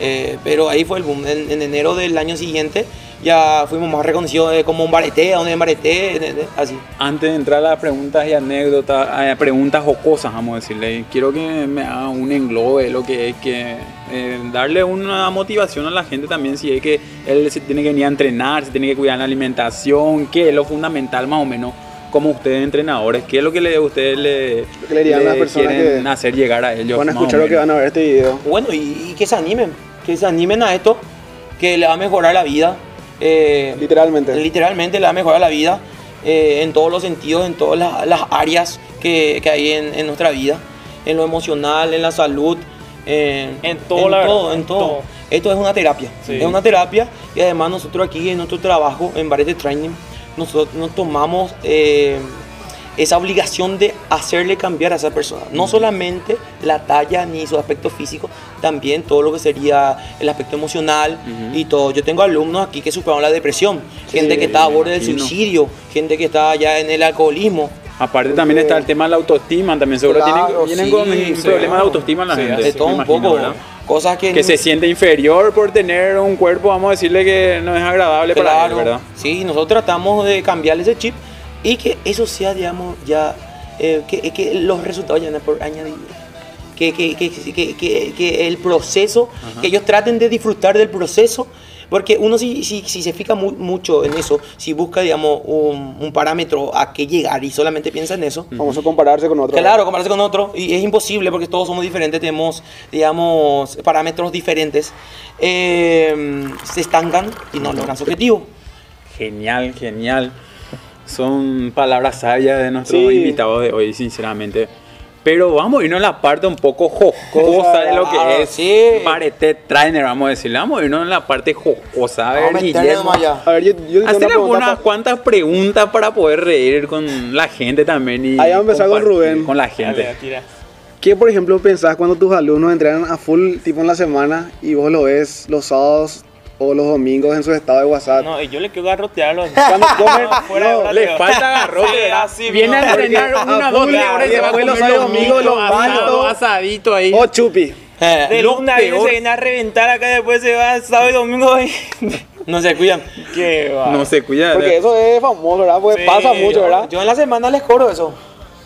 Speaker 5: Eh, pero ahí fue el boom. En, en enero del año siguiente ya fuimos más reconocidos eh, como un barete, donde barete, de- de- así.
Speaker 2: Antes de entrar a las preguntas y anécdotas, a preguntas o cosas, vamos a decirle, quiero que me haga un englobe de lo que es que eh, darle una motivación a la gente también, si es que él se tiene que venir a entrenar, se tiene que cuidar la alimentación, qué es lo fundamental más o menos, como ustedes entrenadores, qué es lo que le, ustedes le,
Speaker 1: Lo que le dirían a las personas
Speaker 2: quieren
Speaker 1: que
Speaker 2: hacer llegar a ellos.
Speaker 1: Van a
Speaker 2: más o
Speaker 1: escuchar lo que
Speaker 2: menos.
Speaker 1: van a ver este video.
Speaker 5: Bueno, y, y que se animen, que se animen a esto, que le va a mejorar la vida. Eh,
Speaker 1: Literalmente.
Speaker 5: Literalmente le va a mejorar la vida eh, en todos los sentidos, en todas las, las áreas que, que hay en, en nuestra vida, en lo emocional, en la salud, en,
Speaker 6: En todo, la verdad,
Speaker 5: en
Speaker 6: en
Speaker 5: todo.
Speaker 6: todo.
Speaker 5: Esto es una terapia,
Speaker 6: Sí.
Speaker 5: es una terapia y además nosotros aquí en nuestro trabajo, en bares de training, nosotros nos tomamos eh, esa obligación de hacerle cambiar a esa persona, no solamente la talla ni su aspecto físico, también todo lo que sería el aspecto emocional
Speaker 2: Ujú.
Speaker 5: y todo. Yo tengo alumnos aquí que superaron la depresión, gente que está a
Speaker 2: me
Speaker 5: borde del
Speaker 2: imagino.
Speaker 5: suicidio, gente que está ya en el alcoholismo.
Speaker 2: Aparte también está el tema de la autoestima, también seguro
Speaker 5: Claro,
Speaker 2: tienen, vienen
Speaker 5: sí,
Speaker 2: con
Speaker 5: sí,
Speaker 2: problemas de
Speaker 5: claro.
Speaker 2: autoestima la
Speaker 6: Sí,
Speaker 2: gente.
Speaker 6: así
Speaker 5: de todo
Speaker 2: me
Speaker 5: un
Speaker 2: imagino,
Speaker 5: poco,
Speaker 2: ¿verdad?
Speaker 5: cosas que,
Speaker 2: que se siente inferior por tener un cuerpo, vamos a decirle que no es agradable para él,
Speaker 5: Claro,
Speaker 2: ¿verdad?
Speaker 5: sí, nosotros tratamos de cambiarle ese chip y que eso sea, digamos, ya, eh, que, que los resultados ya no por añadir. Que, que, que, que- que- que el proceso, que ellos traten de disfrutar del proceso, porque uno si, si, si se fija mu- mucho en eso, si busca, digamos, un, un parámetro a qué llegar y solamente piensa en eso,
Speaker 2: Mm.
Speaker 1: Vamos a compararse con otro.
Speaker 5: Claro, compararse con otro. Y es imposible porque todos somos diferentes, tenemos, digamos, parámetros diferentes. Eh, se estancan y no logran su objetivo.
Speaker 2: Genial, genial. Son palabras sabias de nuestro
Speaker 1: Sí.
Speaker 2: invitado de hoy, sinceramente. Pero vamos a irnos a la parte un poco jocosa de lo
Speaker 5: Ah,
Speaker 2: que es
Speaker 5: sí.
Speaker 2: parete trainer, vamos a decirle. Vamos a irnos a la parte jocosa. A ver,
Speaker 5: Vamos a meterle
Speaker 2: Guillermo.
Speaker 5: nomás ya.
Speaker 1: A ver, yo, yo tengo una
Speaker 2: Hacer
Speaker 1: pregunta
Speaker 2: algunas
Speaker 1: pa-
Speaker 2: cuantas preguntas para poder reír con la gente también. Y
Speaker 1: Ahí vamos a empezar con
Speaker 2: compartir
Speaker 1: Rubén.
Speaker 2: Con la
Speaker 6: Dale,
Speaker 2: gente.
Speaker 6: tira.
Speaker 1: ¿Qué, por ejemplo, pensás cuando tus alumnos entrenan a full tipo en la semana y vos lo ves los sábados o los domingos en su estado de WhatsApp?
Speaker 6: No, y yo le quiero garrotearlo.
Speaker 1: *laughs*
Speaker 4: *laughs*
Speaker 1: Cuando comen,
Speaker 6: fuera de
Speaker 1: no,
Speaker 6: bra-
Speaker 2: Le falta agarrote,
Speaker 6: Sí,
Speaker 2: ¿verdad?
Speaker 6: así,
Speaker 2: Viene
Speaker 6: no,
Speaker 2: a
Speaker 6: porque
Speaker 2: entrenar
Speaker 1: a
Speaker 2: una
Speaker 1: full,
Speaker 2: doble hora y se va
Speaker 1: después
Speaker 2: a
Speaker 1: los
Speaker 2: comer los
Speaker 1: sábados, domingos,
Speaker 2: domingos,
Speaker 1: los
Speaker 2: los asado,
Speaker 1: baños.
Speaker 2: asadito ahí.
Speaker 1: o Oh, chupi.
Speaker 5: Eh,
Speaker 6: De
Speaker 2: Lo
Speaker 6: luna viene,
Speaker 2: peor.
Speaker 6: se viene a reventar acá, después se va sábado
Speaker 4: *laughs*
Speaker 6: y domingo. Y...
Speaker 5: no se cuidan.
Speaker 6: Qué va.
Speaker 2: No se cuida.
Speaker 1: Porque eso es famoso, ¿verdad? Porque
Speaker 6: Sí,
Speaker 1: pasa mucho, ¿verdad?
Speaker 5: Yo en la semana les cobro eso.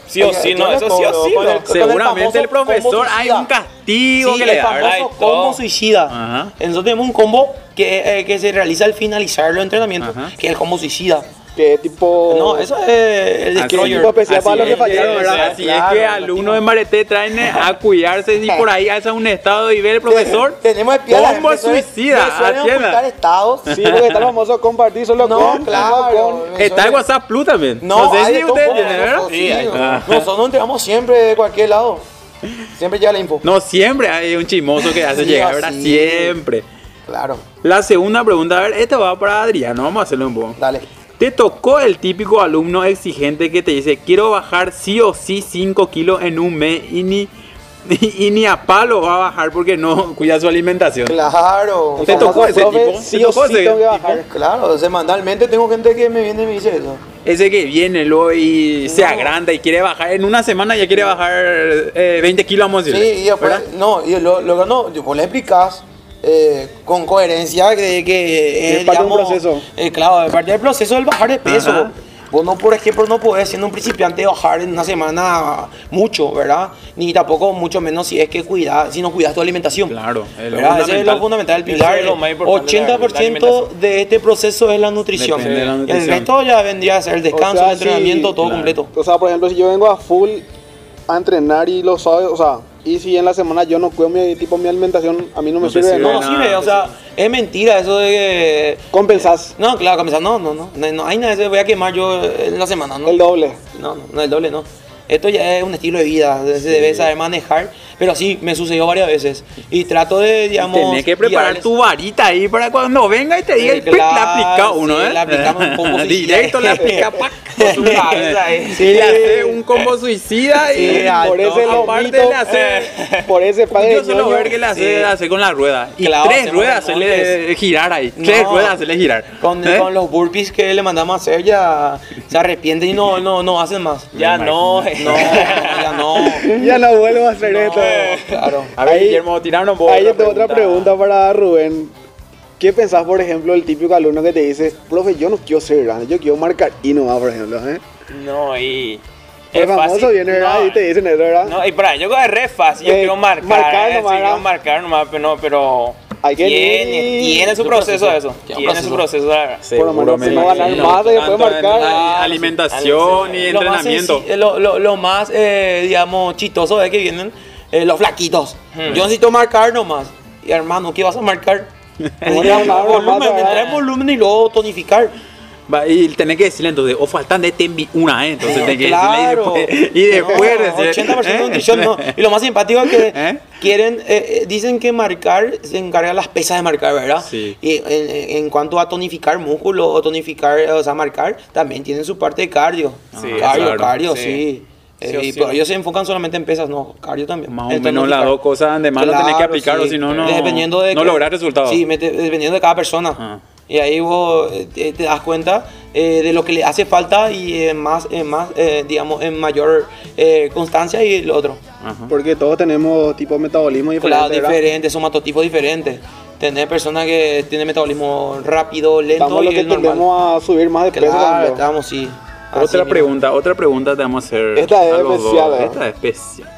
Speaker 6: Sí o sí, no, eso sí o sí.
Speaker 5: Con el-
Speaker 6: no.
Speaker 5: con
Speaker 2: Seguramente el
Speaker 5: famoso combo
Speaker 2: profesor hay
Speaker 5: suicida.
Speaker 2: un castigo
Speaker 5: Sí,
Speaker 2: que le
Speaker 5: el
Speaker 2: da, ¿verdad?
Speaker 5: famoso
Speaker 6: Ay, todo.
Speaker 5: combo suicida.
Speaker 2: Ajá.
Speaker 5: Entonces tenemos un combo que, eh, que se realiza al finalizar los entrenamientos,
Speaker 2: Ajá. Oh.
Speaker 5: que es el combo suicida.
Speaker 1: Que tipo.
Speaker 5: No, eso es el
Speaker 2: Así
Speaker 5: destroyer.
Speaker 1: tipo especial para
Speaker 2: Así
Speaker 1: los que
Speaker 2: es,
Speaker 1: fallaron,
Speaker 2: es,
Speaker 1: ¿verdad?
Speaker 2: Así
Speaker 5: Claro,
Speaker 2: es que
Speaker 5: claro.
Speaker 2: alumno de Marete traen a cuidarse y por ahí hace un estado y ve el profesor.
Speaker 5: Tenemos espías, la
Speaker 2: Combo
Speaker 5: gente suele-
Speaker 2: suicida,
Speaker 5: me suelen
Speaker 2: atienda.
Speaker 5: ocultar este estados.
Speaker 1: Sí, porque está el famoso compartir solo
Speaker 5: No,
Speaker 1: con.
Speaker 5: claro.
Speaker 1: solo con-
Speaker 2: Está el WhatsApp Plus también.
Speaker 5: No,
Speaker 2: No,
Speaker 5: hay
Speaker 2: sé
Speaker 5: de
Speaker 2: si
Speaker 5: todo,
Speaker 2: ustedes
Speaker 5: no,
Speaker 2: tienen, ¿verdad?
Speaker 5: nosotros
Speaker 2: Sí,
Speaker 5: sí,
Speaker 2: ahí está.
Speaker 5: no. Nosotros entregamos siempre de cualquier lado. Siempre llega la info.
Speaker 2: No, siempre hay un chismoso que hace
Speaker 5: Sí,
Speaker 2: llegar, ¿verdad?
Speaker 5: así.
Speaker 2: Siempre.
Speaker 5: Claro,
Speaker 2: La segunda pregunta, a ver, esta va para Adriano, vamos a hacerle un poco.
Speaker 5: dale.
Speaker 2: Te tocó el típico alumno exigente que te dice, quiero bajar sí o sí 5 kilos en un mes y ni, *laughs* y, ni a palo va a bajar porque no cuida su alimentación.
Speaker 5: Claro.
Speaker 2: ¿Te
Speaker 5: O sea,
Speaker 2: tocó
Speaker 5: más
Speaker 2: ese
Speaker 5: profe,
Speaker 2: tipo?
Speaker 5: Sí
Speaker 2: ¿Te
Speaker 5: o
Speaker 2: tocó
Speaker 5: sí
Speaker 2: ese
Speaker 5: tengo que
Speaker 2: tipo?
Speaker 5: bajar. Claro, semanalmente tengo gente que me viene y me dice eso.
Speaker 2: Ese que viene luego y se
Speaker 5: No.
Speaker 2: agranda y quiere bajar, en una semana ya quiere bajar eh, 20 kilos, vamos a
Speaker 5: Sí,
Speaker 2: decirle,
Speaker 5: y después,
Speaker 2: ¿verdad?
Speaker 5: no, y lo, lo que no, vos le explicás eh, con coherencia de que
Speaker 1: Es parte de un proceso.
Speaker 5: eh, claro, es parte del proceso del bajar de peso.
Speaker 2: Ajá.
Speaker 5: Vos no, por ejemplo, no podés siendo un principiante bajar en una semana mucho, ¿verdad? Ni tampoco mucho menos si es que cuidás, si no cuidas tu alimentación.
Speaker 2: Claro, es lo
Speaker 5: ¿verdad? Ese es
Speaker 2: fundamental.
Speaker 5: lo fundamental, el
Speaker 4: Eso
Speaker 5: pilar.
Speaker 4: es lo más importante, la- la
Speaker 5: 80%
Speaker 4: alimentación.
Speaker 5: de este proceso es la nutrición.
Speaker 2: Depende de la
Speaker 5: El
Speaker 2: nutrición.
Speaker 5: resto ya vendría a ser el descanso,
Speaker 1: O sea,
Speaker 5: el entrenamiento,
Speaker 1: sí,
Speaker 5: todo
Speaker 2: claro.
Speaker 5: completo.
Speaker 1: O sea, por ejemplo, si yo vengo a full a entrenar y lo sabes, o sea, y si en la semana yo no cuido mi tipo mi alimentación, a mí no me
Speaker 2: No te
Speaker 1: sirve. de
Speaker 2: sirve.
Speaker 1: nada.
Speaker 5: No,
Speaker 2: nada, pues
Speaker 5: sirve, o sea, es mentira eso de que...
Speaker 1: Compensás
Speaker 5: No, claro, comenzar, no, no, no, no, no, hay nada, de eso voy a quemar yo en la semana, ¿no?
Speaker 1: el doble.
Speaker 5: No, no, no, el doble no. Esto ya es un estilo de vida, se debe saber manejar, pero sí, me sucedió varias veces. Y trato de, digamos...
Speaker 2: Tenés que preparar
Speaker 5: guiarles.
Speaker 2: tu varita ahí para cuando venga y te diga,
Speaker 5: Sí,
Speaker 2: y ¡pic! la
Speaker 5: claro,
Speaker 2: aplica uno,
Speaker 5: sí,
Speaker 2: ¿eh?
Speaker 5: la aplicamos un combo
Speaker 2: *laughs*
Speaker 5: suicida.
Speaker 2: Directo la aplica, ¡pac! por su cabeza, ¿eh?
Speaker 5: Sí.
Speaker 2: Y le hace un combo suicida y
Speaker 5: Sí, al
Speaker 1: por ese
Speaker 5: doble.
Speaker 2: aparte
Speaker 1: lomito, *laughs*
Speaker 2: le hace...
Speaker 1: por ese padre
Speaker 2: Yo solo
Speaker 1: ñoño,
Speaker 2: ver que le hace,
Speaker 5: sí.
Speaker 2: le hace con la rueda. Y
Speaker 5: Claro,
Speaker 2: tres
Speaker 5: hacemos
Speaker 2: ruedas se le
Speaker 5: recortes.
Speaker 2: girar ahí. Tres
Speaker 5: No.
Speaker 2: ruedas se le girar.
Speaker 5: Con,
Speaker 2: ¿Eh?
Speaker 5: con los burpees que le mandamos a hacer ya se arrepienten y no, no, no hacen más.
Speaker 4: Ya no,
Speaker 5: No, ya *laughs* no.
Speaker 1: Ya no vuelvo a hacer esto.
Speaker 5: Claro.
Speaker 4: A ver,
Speaker 1: Ahí-
Speaker 4: Guillermo, tiraron vos.
Speaker 1: Ahí yo tengo otra pregunta para Rubén. ¿Qué pensás, por ejemplo, el típico alumno que te dice, profe, yo no quiero ser grande, yo quiero marcar y no va, por ejemplo? ¿eh?
Speaker 4: No, y.
Speaker 1: El famoso viene ¿verdad? y te dicen eso, ¿verdad?
Speaker 4: No, y para, yo creo que es re fácil, yo
Speaker 1: Eh,
Speaker 4: quiero marcar,
Speaker 1: marcar nomás,
Speaker 4: eh, sí, quiero
Speaker 1: ¿verdad?
Speaker 4: marcar nomás, pero no, pero
Speaker 1: Hay que
Speaker 4: tiene,
Speaker 1: ir.
Speaker 4: tiene su
Speaker 1: Su
Speaker 4: proceso, eso,
Speaker 5: Tiene un
Speaker 4: tiene su
Speaker 5: proceso.
Speaker 4: proceso, la verdad.
Speaker 1: Por lo menos
Speaker 2: Seguro,
Speaker 1: se va a
Speaker 2: me
Speaker 1: ganar
Speaker 2: imagino.
Speaker 1: más de después
Speaker 2: Tanto en
Speaker 1: marcar.
Speaker 2: la Alimentación y
Speaker 5: lo más
Speaker 2: entrenamiento.
Speaker 5: senc- eh, Lo, lo- lo más, eh, digamos, chistoso es que vienen eh, los flaquitos. Yo necesito marcar nomás. Y hermano, ¿qué vas a marcar?
Speaker 1: Una palabra
Speaker 5: volumen,
Speaker 1: más,
Speaker 5: me trae
Speaker 1: ¿verdad?
Speaker 5: volumen y luego tonificar.
Speaker 2: Va, y tenés que decirle entonces, o faltan de tembi una, ¿eh? Entonces tenés que
Speaker 5: claro.
Speaker 2: decirle pues, y después.
Speaker 5: No,
Speaker 2: decir,
Speaker 5: 80% de
Speaker 2: ¿eh? *laughs*
Speaker 5: nutrición no. Y lo más simpático es que
Speaker 2: ¿Eh?
Speaker 5: quieren, eh, eh, dicen que marcar, se encargan las pesas de marcar, ¿verdad?
Speaker 2: Sí.
Speaker 5: Y en, en cuanto a tonificar músculo o tonificar, eh, o sea, marcar, también tienen su parte de cardio.
Speaker 2: Sí,
Speaker 5: cardio,
Speaker 2: claro.
Speaker 5: cardio, sí.
Speaker 4: Sí.
Speaker 5: Eh,
Speaker 4: Sí o
Speaker 5: y-
Speaker 4: sí.
Speaker 5: Pero ellos se enfocan solamente en pesas, no, cardio también.
Speaker 2: Más o
Speaker 5: El
Speaker 2: menos las
Speaker 5: tonificar.
Speaker 2: dos cosas de mano tenés que
Speaker 5: Claro,
Speaker 2: aplicar, o
Speaker 5: sí.
Speaker 2: si no, no,
Speaker 5: Dependiendo de
Speaker 2: no
Speaker 5: que-
Speaker 2: lográs resultados.
Speaker 5: Sí, mete- dependiendo de cada persona.
Speaker 2: Ajá.
Speaker 5: Y ahí vos eh, te, te das cuenta eh, de lo que le hace falta y eh, más, eh, más eh, digamos, en mayor eh, constancia y lo otro.
Speaker 2: Ajá.
Speaker 1: Porque todos tenemos tipo de metabolismo diferente.
Speaker 5: Claro,
Speaker 1: ¿verdad?
Speaker 5: diferente, somatotipos diferentes. Tener personas que tienen metabolismo rápido, lento
Speaker 1: Estamos los
Speaker 5: y
Speaker 1: que
Speaker 5: el normal.
Speaker 1: tendemos a subir más de peso.
Speaker 5: Claro,
Speaker 1: por ejemplo.
Speaker 5: estamos, sí. Así
Speaker 2: Otra
Speaker 5: mismo.
Speaker 2: pregunta, otra pregunta te vamos a hacer.
Speaker 1: Esta es
Speaker 2: a los
Speaker 1: especial,
Speaker 2: dos.
Speaker 1: ¿eh?
Speaker 2: Esta es especial.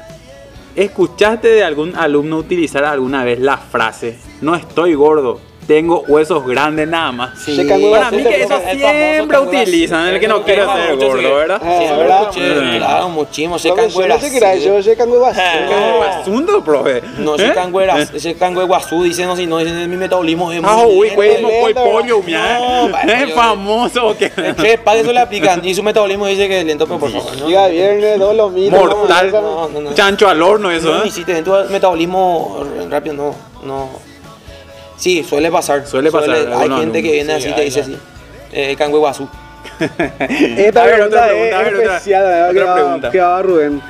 Speaker 2: ¿Escuchaste de algún alumno utilizar alguna vez la frase, no estoy gordo, tengo huesos grandes nada más?
Speaker 5: Sí.
Speaker 1: Checa muy
Speaker 2: Para mí
Speaker 5: este
Speaker 2: que
Speaker 1: bastante, profe.
Speaker 2: eso
Speaker 4: el famoso
Speaker 2: siempre
Speaker 4: que dudas.
Speaker 2: utilizan, el que no
Speaker 4: Eso
Speaker 2: quiere
Speaker 4: que
Speaker 2: ser
Speaker 4: mucho se
Speaker 2: gordo,
Speaker 4: ve.
Speaker 2: ¿verdad?
Speaker 1: Ah,
Speaker 5: Siempre
Speaker 1: ¿verdad?
Speaker 5: escuché,
Speaker 2: Sí.
Speaker 5: claro, muchimo, se
Speaker 1: Profe, yo no sé qué era, yo checa muy
Speaker 5: *laughs*
Speaker 1: bastante.
Speaker 2: ¿Cómo asunto, profe?
Speaker 5: Eh, No,
Speaker 2: ¿Eh?
Speaker 5: ese cango era, ese cango de Guazú, dicen, no, si no, dicen, mi metabolismo es muy
Speaker 2: Ah, uy,
Speaker 5: lento".
Speaker 2: güey, no
Speaker 1: lento,
Speaker 2: fue
Speaker 1: ¿verdad?
Speaker 2: pollo, mira.
Speaker 5: No, para
Speaker 2: Es
Speaker 5: yo-
Speaker 2: famoso que.
Speaker 5: Es que para eso le aplican y su metabolismo dice que es lento, pero por favor, no.
Speaker 1: Llega viernes, dos los mismos.
Speaker 2: Mortal.
Speaker 5: No, no, no.
Speaker 2: Chancho al horno, eso,
Speaker 5: No,
Speaker 2: ¿eh?
Speaker 5: y si te ven tu metabolismo rápido, no, no. Sí, suele pasar.
Speaker 2: Suele pasar,
Speaker 5: hay
Speaker 2: algunos
Speaker 5: gente que
Speaker 2: alumnos.
Speaker 5: viene así, te dice así. Eh, cango de Guazú.
Speaker 1: Esta
Speaker 2: A ver,
Speaker 1: pregunta
Speaker 2: otra pregunta, a
Speaker 1: es
Speaker 2: ver, otra-
Speaker 1: especial, la verdad,
Speaker 2: otra
Speaker 1: que va-
Speaker 2: pregunta.
Speaker 1: que va Rubén.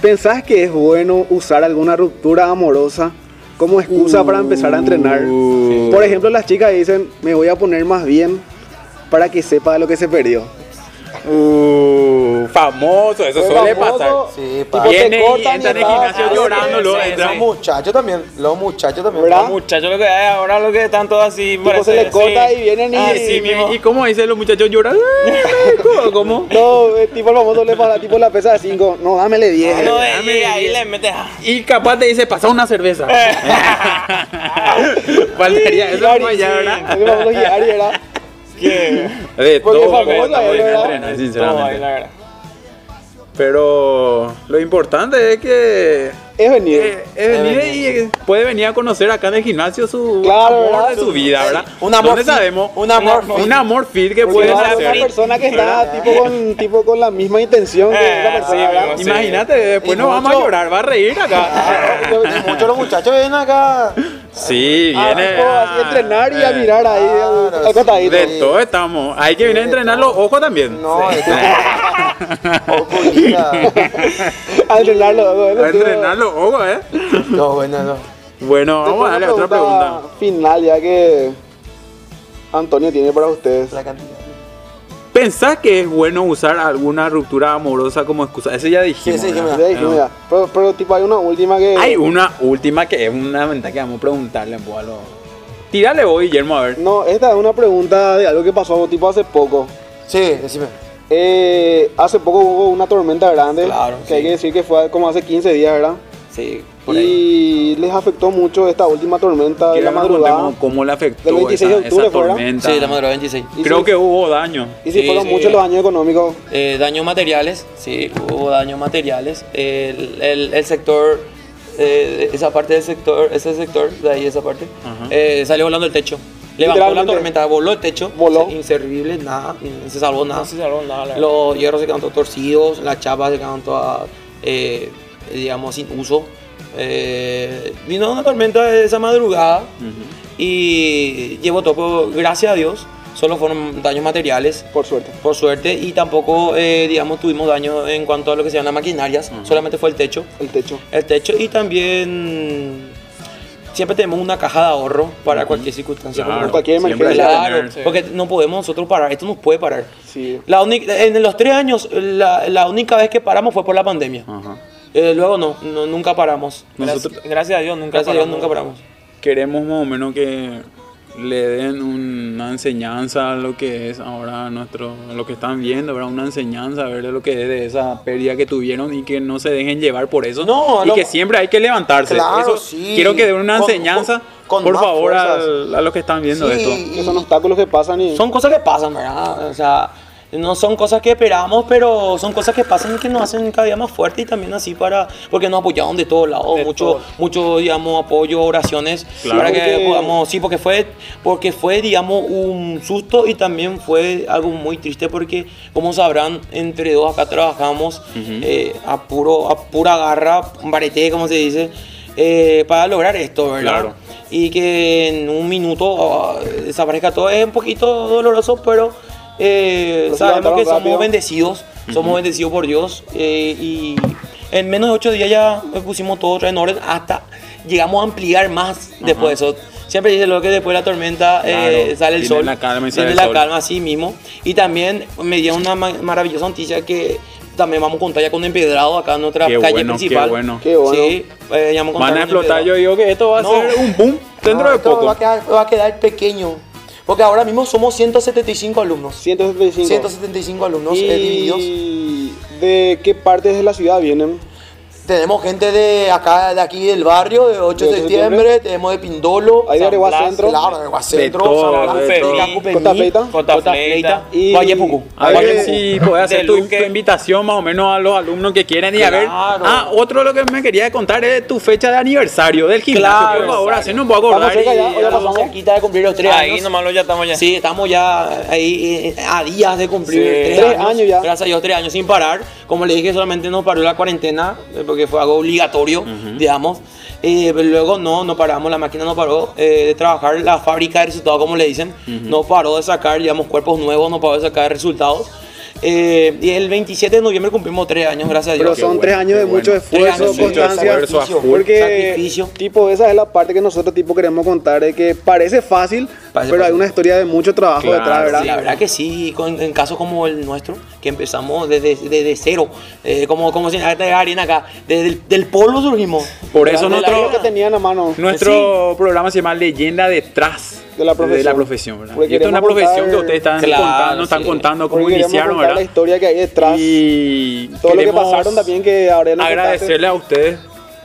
Speaker 1: ¿Pensás que es bueno usar alguna ruptura amorosa como excusa para empezar a entrenar?
Speaker 2: Uh.
Speaker 1: Por ejemplo, las chicas dicen, me voy a poner más bien para que sepa de lo que se perdió.
Speaker 2: Uh, famoso, eso suele pasar.
Speaker 5: Sí,
Speaker 1: tipo,
Speaker 5: pa.
Speaker 1: te
Speaker 2: Viene y
Speaker 1: cortan
Speaker 2: entra en el
Speaker 1: estás
Speaker 2: gimnasio
Speaker 1: así,
Speaker 2: llorando, luego
Speaker 1: sí,
Speaker 2: entra.
Speaker 5: sí. muchachos también, los muchachos también.
Speaker 1: ¿Verdad?
Speaker 4: Muchachos, lo que hay ahora, lo que están todos así.
Speaker 1: Tipo, se le corta y vienen y...
Speaker 4: Ah, sí, mi-
Speaker 2: ¿Y cómo dicen los muchachos lloran? ¡ah, ¿Cómo?
Speaker 1: *laughs* No, eh, tipo el famoso le pasa, tipo la pesa de 5, no, dámele 10.
Speaker 4: No, eh,
Speaker 2: Ah,
Speaker 4: y ahí le metes.
Speaker 2: Y capaz te dice, pasa una cerveza. *laughs* Faltaría eso,
Speaker 1: Gary,
Speaker 2: pues, ya,
Speaker 1: sí, porque
Speaker 2: ¿verdad?
Speaker 1: *laughs* el famoso Gary, ¿verdad?
Speaker 4: ¿Qué?
Speaker 2: De
Speaker 1: Porque
Speaker 2: todo,
Speaker 1: famoso,
Speaker 2: porque está muy bien
Speaker 1: ¿verdad?
Speaker 2: entrenar,
Speaker 4: Todo ahí, la
Speaker 2: sinceramente.
Speaker 4: verdad.
Speaker 2: Pero lo importante es que
Speaker 1: Es venido.
Speaker 2: eh, eh, venir y eh, puede venir a conocer acá en el gimnasio su
Speaker 1: Claro,
Speaker 2: amor
Speaker 1: ¿verdad?
Speaker 2: de su vida, ¿verdad?
Speaker 5: Un amor
Speaker 2: ¿Dónde
Speaker 5: fit,
Speaker 2: sabemos?
Speaker 5: un amor
Speaker 2: un,
Speaker 5: fit.
Speaker 2: un amor fit que
Speaker 1: Porque
Speaker 2: pueden
Speaker 1: va a haber
Speaker 2: hacer.
Speaker 1: Pues una persona que está tipo con, tipo con la misma intención que
Speaker 2: Ah,
Speaker 4: Eh,
Speaker 1: esa persona,
Speaker 2: pues,
Speaker 4: sí,
Speaker 1: ¿verdad?
Speaker 4: mismo, sí.
Speaker 2: Imagínate, después
Speaker 5: Y
Speaker 2: no vamos a
Speaker 5: mucho-
Speaker 2: llorar, va a reír acá.
Speaker 5: Muchos los muchachos vienen acá.
Speaker 2: Sí,
Speaker 1: Ah,
Speaker 2: viene.
Speaker 1: tipo, así entrenar y a
Speaker 2: eh,
Speaker 1: mirar ahí al-
Speaker 6: Claro,
Speaker 1: al costadito.
Speaker 2: De todo estamos. Hay que venir a entrenar los ojos también.
Speaker 6: No,
Speaker 2: Sí.
Speaker 6: es que-
Speaker 1: A entrenarlo. bueno,
Speaker 2: *laughs* A entrenar los ojos, ¿eh?
Speaker 6: No, bueno, no.
Speaker 2: Bueno, vamos a darle otra pregunta.
Speaker 1: Final, ya que Antonio tiene para ustedes.
Speaker 6: La cantidad.
Speaker 2: ¿Pensás que es bueno usar alguna ruptura amorosa como excusa? Eso ya dijimos.
Speaker 6: Sí, sí,
Speaker 2: ¿verdad?
Speaker 6: dijimos.
Speaker 1: Ya dijimos ya. Pero, pero, tipo hay una última que...
Speaker 2: Hay una última que es una ventaja que vamos a preguntarle pues, a los. Tírale vos, Guillermo, a ver.
Speaker 1: No, esta es una pregunta de algo que pasó tipo hace poco.
Speaker 6: Sí, decime.
Speaker 1: Eh, hace poco hubo una tormenta grande,
Speaker 5: Claro,
Speaker 1: que
Speaker 5: sí.
Speaker 1: hay que decir que fue como hace 15 días, ¿verdad?
Speaker 5: Sí, por ahí.
Speaker 1: Y les afectó mucho esta última tormenta de la
Speaker 2: Quiero que nos
Speaker 1: madrugada.
Speaker 2: contemos cómo le afectó
Speaker 1: Del 26 de
Speaker 2: esa,
Speaker 1: octubre
Speaker 2: esa
Speaker 1: fue, ¿verdad?
Speaker 2: tormenta.
Speaker 5: Sí, la madrugada 26.
Speaker 1: Y
Speaker 2: Creo
Speaker 1: si-
Speaker 2: que hubo daño.
Speaker 1: Y si
Speaker 5: Sí,
Speaker 1: fueron
Speaker 5: sí.
Speaker 1: muchos los daños económicos,
Speaker 5: Eh, daños materiales, sí, hubo daños materiales. El, el- el sector, eh, esa parte del sector, ese sector, de ahí esa parte,
Speaker 2: Ajá.
Speaker 5: eh, salió volando el techo. Levantó la
Speaker 1: Literalmente.
Speaker 5: tormenta, voló el techo,
Speaker 1: Voló.
Speaker 5: se- inservible, nada, no se salvó nada.
Speaker 2: la verdad.
Speaker 5: Los hierros se quedaron todos torcidos, las chapas se quedaron todas, eh, digamos, sin uso. Eh, vino una tormenta de esa madrugada y llevó todo, pero gracias a Dios, solo fueron daños materiales
Speaker 1: por suerte.
Speaker 5: por suerte, y tampoco, eh, digamos, tuvimos daño en cuanto a lo que se llaman las maquinarias, solamente fue el techo.
Speaker 1: El techo.
Speaker 5: El techo y también siempre tenemos una caja de ahorro para cualquier circunstancia.
Speaker 2: Claro,
Speaker 5: como-
Speaker 1: cualquier
Speaker 2: siempre hay que
Speaker 5: Claro,
Speaker 2: tener-
Speaker 5: porque no podemos nosotros parar, esto nos puede parar.
Speaker 1: Sí.
Speaker 5: La única- en los tres años, la, la única vez que paramos fue por la pandemia.
Speaker 2: Ajá.
Speaker 5: Eh, luego no, no, nunca paramos.
Speaker 2: Ah. Nosotros
Speaker 4: Gracias a Dios, nunca
Speaker 5: Gracias a Dios nunca paramos.
Speaker 2: queremos más o menos que le den una enseñanza a lo que es ahora nuestro, a lo que están viendo, ¿verdad? una enseñanza, a ver lo que es de esa pérdida que tuvieron y que no se dejen llevar por eso.
Speaker 5: No,
Speaker 2: y
Speaker 5: lo-
Speaker 2: que siempre hay que levantarse.
Speaker 6: Claro,
Speaker 2: Eso-
Speaker 6: sí.
Speaker 2: Quiero que den una
Speaker 6: Con-
Speaker 2: enseñanza,
Speaker 6: con- con
Speaker 2: por
Speaker 6: más
Speaker 2: favor,
Speaker 6: fuerzas.
Speaker 2: al- a los que están viendo
Speaker 6: Sí,
Speaker 2: esto.
Speaker 1: Que son obstáculos que pasan y...
Speaker 5: Son cosas que pasan, ¿verdad? O sea, no son cosas que esperamos, pero son cosas que pasan y que nos hacen cada día más fuerte y también así para... Porque nos apoyaron de todos lados, mucho, mucho, digamos, apoyo, oraciones,
Speaker 2: Claro.
Speaker 5: para que
Speaker 1: Porque-
Speaker 5: podamos... Sí, porque fue, porque fue, digamos, un susto y también fue algo muy triste porque, como sabrán, entre dos acá trabajamos eh, a, puro, a pura garra, barete, como se dice, eh, para lograr esto, ¿verdad?
Speaker 2: Claro.
Speaker 5: y que en un minuto ah, desaparezca todo es un poquito doloroso, pero eh,
Speaker 1: Nos
Speaker 5: sabemos
Speaker 1: levantaron
Speaker 5: que
Speaker 1: rápido.
Speaker 5: somos bendecidos, somos bendecidos por Dios eh, y en menos de ocho días ya pusimos todo otra en orden hasta llegamos a ampliar más después de eso. Siempre dice lo que después de la tormenta eh,
Speaker 2: Claro,
Speaker 5: sale el
Speaker 2: viene
Speaker 5: sol.
Speaker 2: la calma y sale
Speaker 5: Viene
Speaker 2: el
Speaker 5: la
Speaker 2: sol.
Speaker 5: calma así mismo. Y también me dio una ma- maravillosa noticia que también vamos a contar ya con empedrado acá en nuestra
Speaker 2: Qué
Speaker 5: calle
Speaker 2: bueno, qué
Speaker 5: principal.
Speaker 2: bueno.
Speaker 1: Qué bueno.
Speaker 5: Sí, eh, ya vamos
Speaker 2: Van
Speaker 5: contar
Speaker 2: a
Speaker 5: con
Speaker 2: explotar,
Speaker 5: empedrado.
Speaker 2: yo digo que esto va a
Speaker 5: No.
Speaker 2: ser un boom dentro
Speaker 6: No,
Speaker 2: de
Speaker 6: esto
Speaker 2: poco.
Speaker 6: Va a, quedar, va a quedar pequeño. Porque ahora mismo somos 175 alumnos.
Speaker 1: 175.
Speaker 6: 175 alumnos eh, divididos.
Speaker 1: y... ¿De qué partes de la ciudad vienen?
Speaker 6: Tenemos gente de acá, de aquí del barrio,
Speaker 1: ¿De
Speaker 6: de 8 de,
Speaker 1: 8 de
Speaker 6: septiembre, tenemos de Pindolo,
Speaker 1: Ahí de Areguá
Speaker 6: Blas,
Speaker 1: Centro.
Speaker 6: Claro, Areguá Centro,
Speaker 2: todo,
Speaker 6: San Blas,
Speaker 2: de todo.
Speaker 6: Pica, Cupemí,
Speaker 1: Costa Feita.
Speaker 4: Costa
Speaker 5: Costa
Speaker 4: Fleita.
Speaker 5: Fleita
Speaker 1: Y-
Speaker 5: y Guayepucu.
Speaker 2: A
Speaker 1: Hay que-
Speaker 2: ver si puedes hacer
Speaker 4: de
Speaker 2: tu,
Speaker 4: Luque.
Speaker 2: tu invitación más o menos a los alumnos que quieren y a ver.
Speaker 5: Claro.
Speaker 2: Ah, otro lo que me quería contar es tu fecha de aniversario del gimnasio.
Speaker 5: Claro.
Speaker 2: por favor, así nos voy a
Speaker 1: Vamos
Speaker 2: acordar.
Speaker 1: cerca
Speaker 2: y-
Speaker 1: ya, o ya pasamos.
Speaker 5: cerquita de cumplir los tres
Speaker 4: Ahí
Speaker 5: años.
Speaker 4: nomás lo ya estamos ya.
Speaker 5: Sí, estamos ya ahí eh, a días de cumplir
Speaker 4: Sí.
Speaker 5: tres,
Speaker 1: Tres
Speaker 5: años.
Speaker 1: años ya.
Speaker 5: Gracias a Dios, tres años sin parar. Como le dije, solamente nos paró la cuarentena eh, porque fue algo obligatorio, digamos. Eh, pero luego no, no paramos, la máquina no paró eh, de trabajar, la fábrica de resultados, como le dicen, no paró de sacar, digamos, cuerpos nuevos, no paró de sacar resultados. Eh, y el 27 de noviembre cumplimos tres años, gracias a Dios.
Speaker 1: Pero son
Speaker 2: bueno,
Speaker 1: tres
Speaker 2: qué
Speaker 1: años de
Speaker 2: bueno.
Speaker 1: mucho
Speaker 2: Tres
Speaker 1: esfuerzo,
Speaker 5: años de mucho
Speaker 1: constancia.
Speaker 2: esfuerzo, a full.
Speaker 1: porque,
Speaker 5: Sacrificio.
Speaker 1: tipo, esa es la parte que nosotros, tipo, queremos contar, de que parece fácil,
Speaker 5: Parece
Speaker 1: pero hay
Speaker 5: fácil.
Speaker 1: una historia de mucho trabajo
Speaker 2: Claro,
Speaker 1: detrás, ¿verdad?
Speaker 5: Sí, la verdad que sí, con- en casos como el nuestro, que empezamos desde, desde cero, eh, como, como si esta es arena acá, desde el del polvo surgimos.
Speaker 2: Por eso
Speaker 5: De la
Speaker 2: nosotros-
Speaker 1: Lo que
Speaker 5: arena.
Speaker 1: tenían a mano.
Speaker 2: Nuestro programa se llama Leyenda detrás
Speaker 1: De la profesión.
Speaker 2: profesión, ¿verdad?
Speaker 1: Porque
Speaker 2: Y esto es una
Speaker 1: queremos
Speaker 2: profesión
Speaker 1: contar-
Speaker 2: que ustedes están
Speaker 5: Claro,
Speaker 2: contando, están
Speaker 5: sí.
Speaker 2: contando
Speaker 1: Porque
Speaker 2: cómo
Speaker 1: queremos
Speaker 2: iniciaron,
Speaker 1: contar
Speaker 2: ¿verdad?
Speaker 1: la historia que hay detrás.
Speaker 2: Y
Speaker 1: todo lo que
Speaker 2: queremos
Speaker 1: pasaron también que ahora ya nos
Speaker 2: agradecerle a ustedes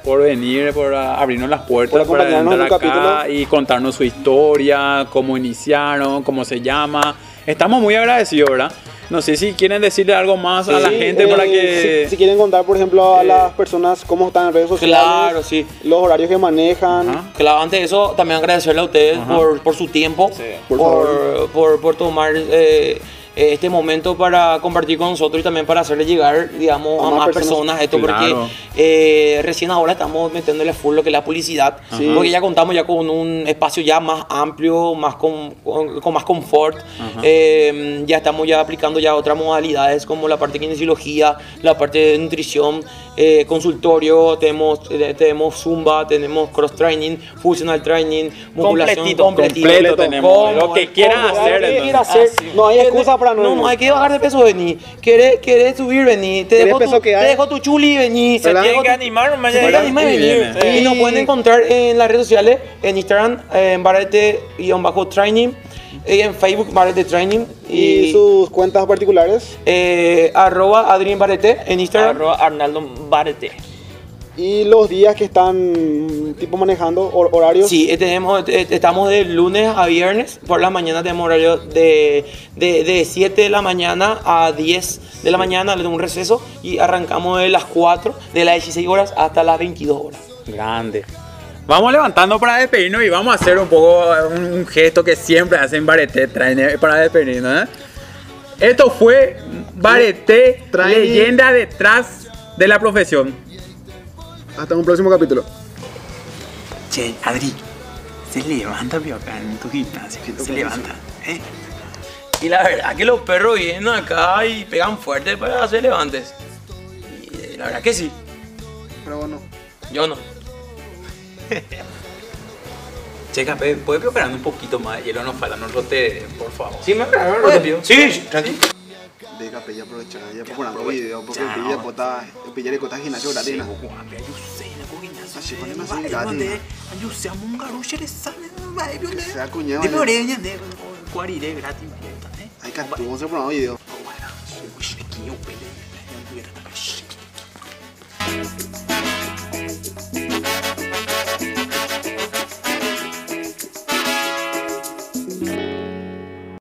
Speaker 2: por venir, por ah, abrirnos las puertas,
Speaker 1: Por
Speaker 2: para
Speaker 1: acompañarnos
Speaker 2: entrar
Speaker 1: en un
Speaker 2: acá
Speaker 1: capítulo.
Speaker 2: y contarnos su historia, cómo iniciaron, cómo se llama. Estamos muy agradecidos, ¿verdad? No sé si quieren decirle algo más a la
Speaker 1: Sí,
Speaker 2: gente
Speaker 1: eh,
Speaker 2: para que... Eh,
Speaker 1: Si, si quieren contar, por ejemplo, a las personas cómo están en redes sociales.
Speaker 5: Claro, sí.
Speaker 1: Los horarios que manejan.
Speaker 2: Ajá.
Speaker 5: Claro, antes de eso, también agradecerle a ustedes por, por su tiempo,
Speaker 1: Por
Speaker 5: por, por, por tomar eh, eh, eh, este momento para compartir con nosotros y también para hacerle llegar, digamos, a, más personas, esto,
Speaker 2: Claro.
Speaker 5: porque eh, recién ahora estamos metiéndole full lo que es la publicidad,
Speaker 1: Sí.
Speaker 5: porque ya contamos ya con un espacio ya más amplio, más con, con- con más confort, Eh, ya estamos ya aplicando ya otras modalidades como la parte de kinesiología, la parte de nutrición, eh, consultorio, tenemos, eh, tenemos zumba, tenemos cross training, functional training, musculación
Speaker 6: Completito,
Speaker 2: Completo tenemos. Lo que quieras
Speaker 6: Como,
Speaker 2: hacer.
Speaker 6: ¿qué
Speaker 2: entonces.
Speaker 6: quieras hacer?
Speaker 5: Ah, sí.
Speaker 1: No hay excusa para no
Speaker 5: No,
Speaker 1: ir.
Speaker 5: no, hay que bajar de peso, vení. ¿Quieres, quieres subir, vení. Te
Speaker 1: ¿Querés
Speaker 5: dejo,
Speaker 1: peso
Speaker 5: tu,
Speaker 1: que
Speaker 5: te
Speaker 1: hay?
Speaker 5: dejo tu chuli, vení.
Speaker 1: Se tiene
Speaker 5: dejo
Speaker 4: que
Speaker 5: tu-
Speaker 4: animar, nomás
Speaker 5: se
Speaker 4: ya
Speaker 5: tiene que
Speaker 4: llega.
Speaker 5: animar y
Speaker 2: Y
Speaker 5: venir.
Speaker 2: viene.
Speaker 5: Y nos pueden encontrar en las redes sociales, en Instagram, eh, en barrete-training, y en Facebook, barrete training, y,
Speaker 1: ¿Y sus cuentas particulares?
Speaker 5: eh, arroba Adrián Barrete en Instagram.
Speaker 4: Arroba Arnaldo Barete.
Speaker 1: ¿Y los días que están tipo manejando? hor- ¿Horarios?
Speaker 5: Sí, eh, tenemos, eh, estamos de lunes a viernes, por la mañana tenemos horario de, de, de 7 de la mañana a 10 de la mañana, le damos un receso y arrancamos de las 4, de las 16 horas hasta las 22 horas.
Speaker 2: Grande. Vamos levantando para despedirnos y vamos a hacer un poco eh, un, un gesto que siempre hacen Bareté traen, eh, para despedirnos. ¿eh? Esto fue Bareté,
Speaker 1: Traen-
Speaker 2: leyenda detrás de la profesión.
Speaker 1: Hasta un próximo capítulo.
Speaker 2: Che, Adri, se levanta acá en tu gimnasio, se levanta.
Speaker 3: Y la verdad que los perros vienen acá y pegan fuerte para hacer levantes. Y eh, la verdad que sí,
Speaker 1: Pero bueno.
Speaker 3: yo no.
Speaker 2: Che, Capé, ¿puedes preparar un poquito más de hielo? Nos faltan otro té, por favor.
Speaker 5: Sí, me
Speaker 3: Pues,
Speaker 4: Sí, tranquilo.
Speaker 1: De capé, ya aprovechar, ya procurando video, porque el pilla cota, el pilla de cota gimnasio gratis. ¿no? Así, con una sin gratis, ¿no? Sea cuñado, ya. Hay que actuar, se video.